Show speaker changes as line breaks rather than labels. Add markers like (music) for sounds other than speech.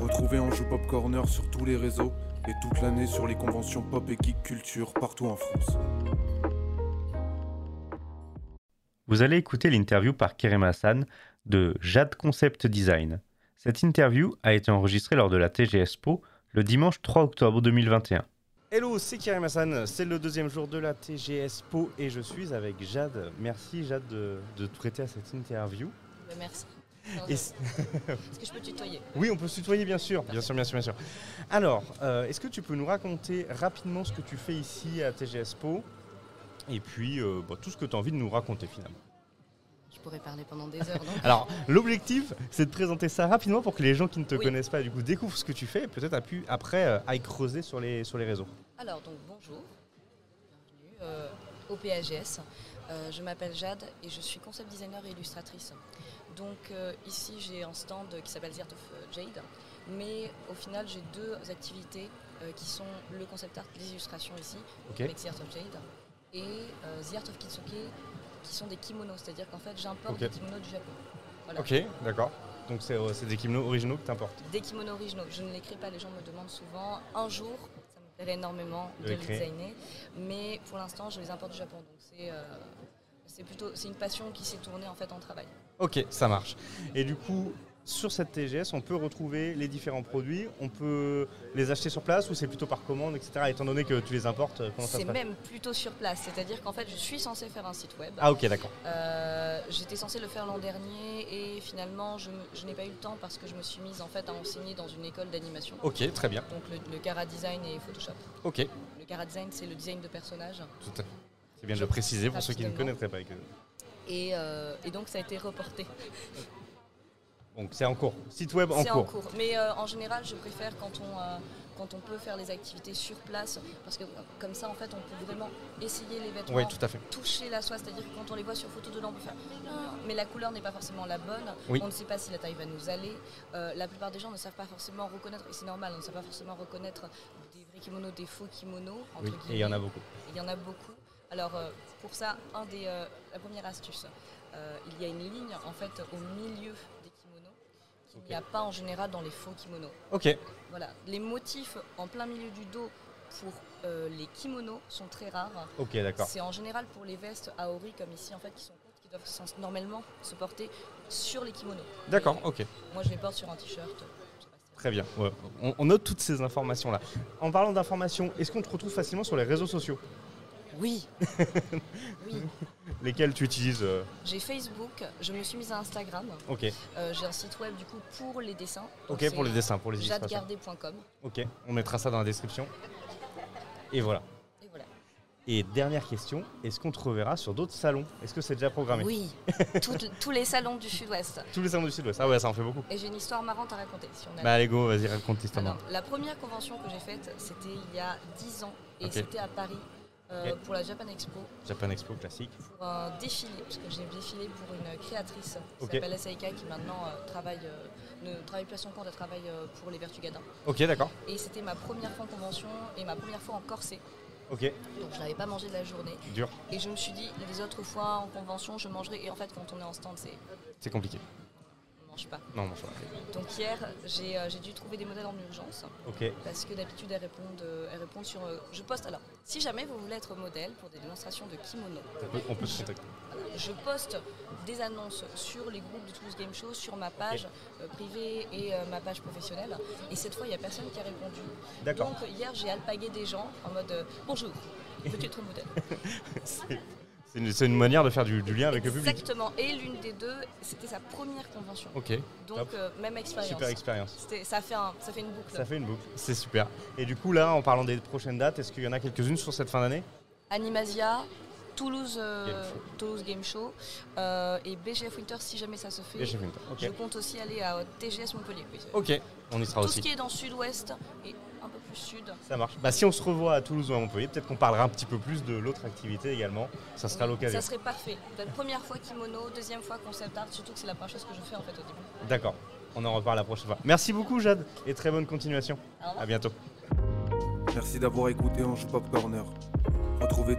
Retrouvez Anjou Pop Corner sur tous les réseaux et toute l'année sur les conventions pop et geek culture partout en France.
Vous allez écouter l'interview par Kerem Hassan de Jade Concept Design. Cette interview a été enregistrée lors de la TGSPO le dimanche 3 octobre 2021.
Hello, c'est Karim Hassan, c'est le deuxième jour de la TGS Po et je suis avec Jade. Merci Jade de, de te prêter à cette interview.
Ben, Merci.
Et
Est-ce
c-
que je peux tutoyer
oui, on peut se tutoyer bien sûr, bien sûr, bien sûr, bien sûr. Alors, euh, est-ce que tu peux nous raconter rapidement ce que tu fais ici à TGS Po et puis euh, bah, tout ce que tu as envie de nous raconter finalement
Je pourrais parler pendant des heures,
(laughs)
non
Alors, l'objectif, c'est de présenter ça rapidement pour que les gens qui ne te
Oui.
connaissent pas du coup découvrent ce que tu fais et peut-être a pu, après euh, aillent creuser sur les, sur les réseaux.
Alors, donc bonjour, bienvenue euh, au PAGS. Euh, je m'appelle Jade et je suis concept designer et illustratrice. Donc euh, ici, j'ai un stand qui s'appelle The Art of euh, Jade, mais au final, j'ai deux activités euh, qui sont le concept art, les illustrations ici,
Ok.
avec The Art of Jade, et euh, The Art of Kitsuke, qui sont des kimonos, c'est-à-dire qu'en fait, j'importe
Ok.
des kimonos du Japon. Voilà.
Ok, d'accord. Donc c'est euh, c'est des kimonos originaux que t'importes.
des kimonos originaux. Je ne les crée pas, les gens me demandent souvent. Un jour, ça me plairait énormément
De
de
les
les
créer.
designer, mais pour l'instant, je les importe du Japon. Donc c'est euh, c'est plutôt c'est une passion qui s'est tournée en fait en travail.
Ok, ça marche. Et du coup, sur cette TGS, on peut retrouver les différents produits, on peut les acheter sur place ou c'est plutôt par commande, etc. Étant donné que tu les importes, euh, comment ça se
C'est
passe
même plutôt sur place, c'est-à-dire qu'en fait, je suis censée faire un site web.
Ah ok, d'accord.
Euh, J'étais censée le faire l'an dernier et finalement, je, me- je n'ai pas eu le temps parce que je me suis mise en fait à enseigner dans une école d'animation.
Ok, très bien.
Donc le, le Cara Design et Photoshop.
Ok,
Le Cara Design, c'est le design de personnages.
tout à fait. C'est bien de le préciser pour ceux qui ne
Absolument.
connaîtraient pas.
Et, euh, et donc ça a été reporté.
Donc c'est en cours. Site web en
C'est en
cours.
cours. Mais euh, en général, je préfère quand on, euh, quand on peut faire des activités sur place, parce que euh, comme ça, en fait, on peut vraiment essayer les vêtements,
Oui, tout à fait.
toucher la soie, c'est-à-dire que quand on les voit sur photo de l'an, on peut faire Ah mais la couleur n'est pas forcément la bonne,
Oui.
on ne sait pas si la taille va nous aller. Euh, la plupart des gens ne savent pas forcément reconnaître, et c'est normal, on ne sait pas forcément reconnaître des vrais kimonos, des faux kimonos, entre
Oui, et il
guillemets.
y en a beaucoup.
Il y en a beaucoup. Alors euh, pour ça, un des, euh, la première astuce, euh, il y a une ligne en fait au milieu des kimonos qu'il
Ok.
n'y a pas en général dans les faux kimonos.
Ok,
Voilà, les motifs en plein milieu du dos pour euh, les kimonos sont très rares.
ok, d'accord.
C'est en général pour les vestes aori comme ici en fait qui sont courtes, qui doivent sans- normalement se porter sur les kimonos.
D'accord, ok.
Moi je les porte sur un t-shirt. je sais pas si-
Très bien. Ouais. On, on note toutes ces informations-là. En parlant d'informations, est-ce qu'on te retrouve facilement sur les réseaux sociaux
Oui. (laughs) oui.
Lesquels tu utilises euh,
J'ai Facebook, je me suis mise à Instagram.
Ok,
Euh, j'ai un site web du coup pour les dessins. Donc,
ok pour les
c'est
dessins, pour les illustrations.
jadegardet.com.
Ok, on mettra ça dans la description. Et voilà.
Et voilà.
Et dernière question, est-ce qu'on te reverra sur d'autres salons Est-ce que c'est déjà programmé (laughs)
Oui, toutes- tous les salons du sud-ouest.
Tous les salons du Sud-Ouest. Ah ouais, ça en fait beaucoup.
Et j'ai une histoire marrante à raconter. Si on a
Bah allez go, vas-y raconte l'histoire.
Alors, la première convention que j'ai faite, c'était il y a 10 ans. Et
Ok.
c'était à Paris euh,
Ok.
pour la Japan Expo,
Japan Expo classique.
pour un défilé. Parce que j'ai défilé pour une créatrice qui
Ok.
s'appelle Saika, qui maintenant euh, travaille, euh, ne travaille plus à son compte, elle travaille euh, pour les Vertugadins.
Ok, d'accord.
Et c'était ma première fois en convention et ma première fois en corset.
Ok,
Donc je n'avais pas mangé de la journée.
dur.
Et je me suis dit, les autres fois en convention, je mangerai. Et en fait, quand on est en stand, c'est
C'est compliqué.
on mange pas.
Non, bon, ça va.
Donc hier, j'ai euh, j'ai dû trouver des modèles en urgence.
Ok,
Parce que d'habitude, elles répondent, euh, elles répondent sur. euh, je poste. Alors, si jamais vous voulez être modèle pour des démonstrations de kimono,
on peut, on peut se contacter.
je poste des annonces sur les groupes de Toulouse Game Show, sur ma page euh, privée et euh, ma page professionnelle. Et cette fois, il n'y a personne qui a répondu.
D'accord. (laughs)
Donc, hier, j'ai alpagué des gens en mode euh, Bonjour, veux-tu être modèle
C'est c'est une, c'est une manière de faire du, du lien (laughs) avec le public.
Exactement. Et l'une des deux, c'était sa première convention.
Ok, Top.
Donc, euh, même expérience.
super expérience.
C'était- Ça fait, un- ça fait une boucle.
Ça fait une boucle, c'est super. Et du coup là, en parlant des prochaines dates, est-ce qu'il y en a quelques-unes sur cette fin d'année
Animasia, Toulouse euh,
Game Show.
Toulouse Game Show euh, et BGF Winter si jamais ça se fait.
Et j'ai fait une fois.
Je
Ok.
compte aussi aller à euh, TGS Montpellier. oui.
Ok, on y sera
Tout
aussi.
ce qui est dans sud-ouest et un peu plus sud.
Ça marche. Bah, si on se revoit à Toulouse ou à Montpellier, peut-être qu'on parlera un petit peu plus de l'autre activité également. Ça sera l'occasion.
Ça serait parfait. La première fois kimono, deuxième fois concept art, surtout que c'est la première chose que je fais en fait au début.
D'accord. On en reparle la prochaine fois. Merci beaucoup, Jade, et très bonne continuation.
Au revoir.
À bientôt.
Merci d'avoir écouté Anjou Pop Corner. Retrouvez